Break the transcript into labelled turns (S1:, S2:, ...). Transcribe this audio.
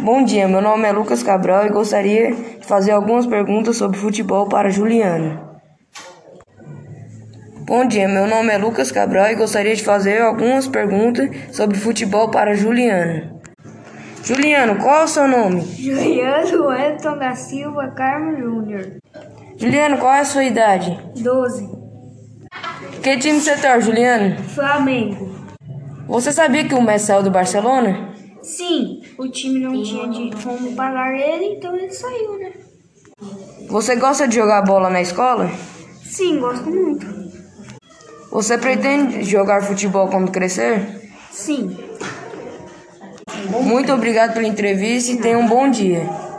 S1: Bom dia, meu nome é Lucas Cabral e gostaria de fazer algumas perguntas sobre futebol para Juliano. Bom dia, meu nome é Lucas Cabral e gostaria de fazer algumas perguntas sobre futebol para Juliano. Juliano, qual é o seu nome?
S2: Juliano Wellington da Silva Carmo Júnior.
S1: Juliano, qual é a sua idade?
S2: 12.
S1: Que time você torce, Juliano?
S2: Flamengo.
S1: Você sabia que o Messi saiu do Barcelona?
S2: Sim, o time não tinha de como pagar ele, então ele saiu, né?
S1: Você gosta de jogar bola na escola?
S2: Sim, gosto muito.
S1: Você pretende jogar futebol quando crescer?
S2: Sim.
S1: Muito obrigado pela entrevista e tenha um bom dia.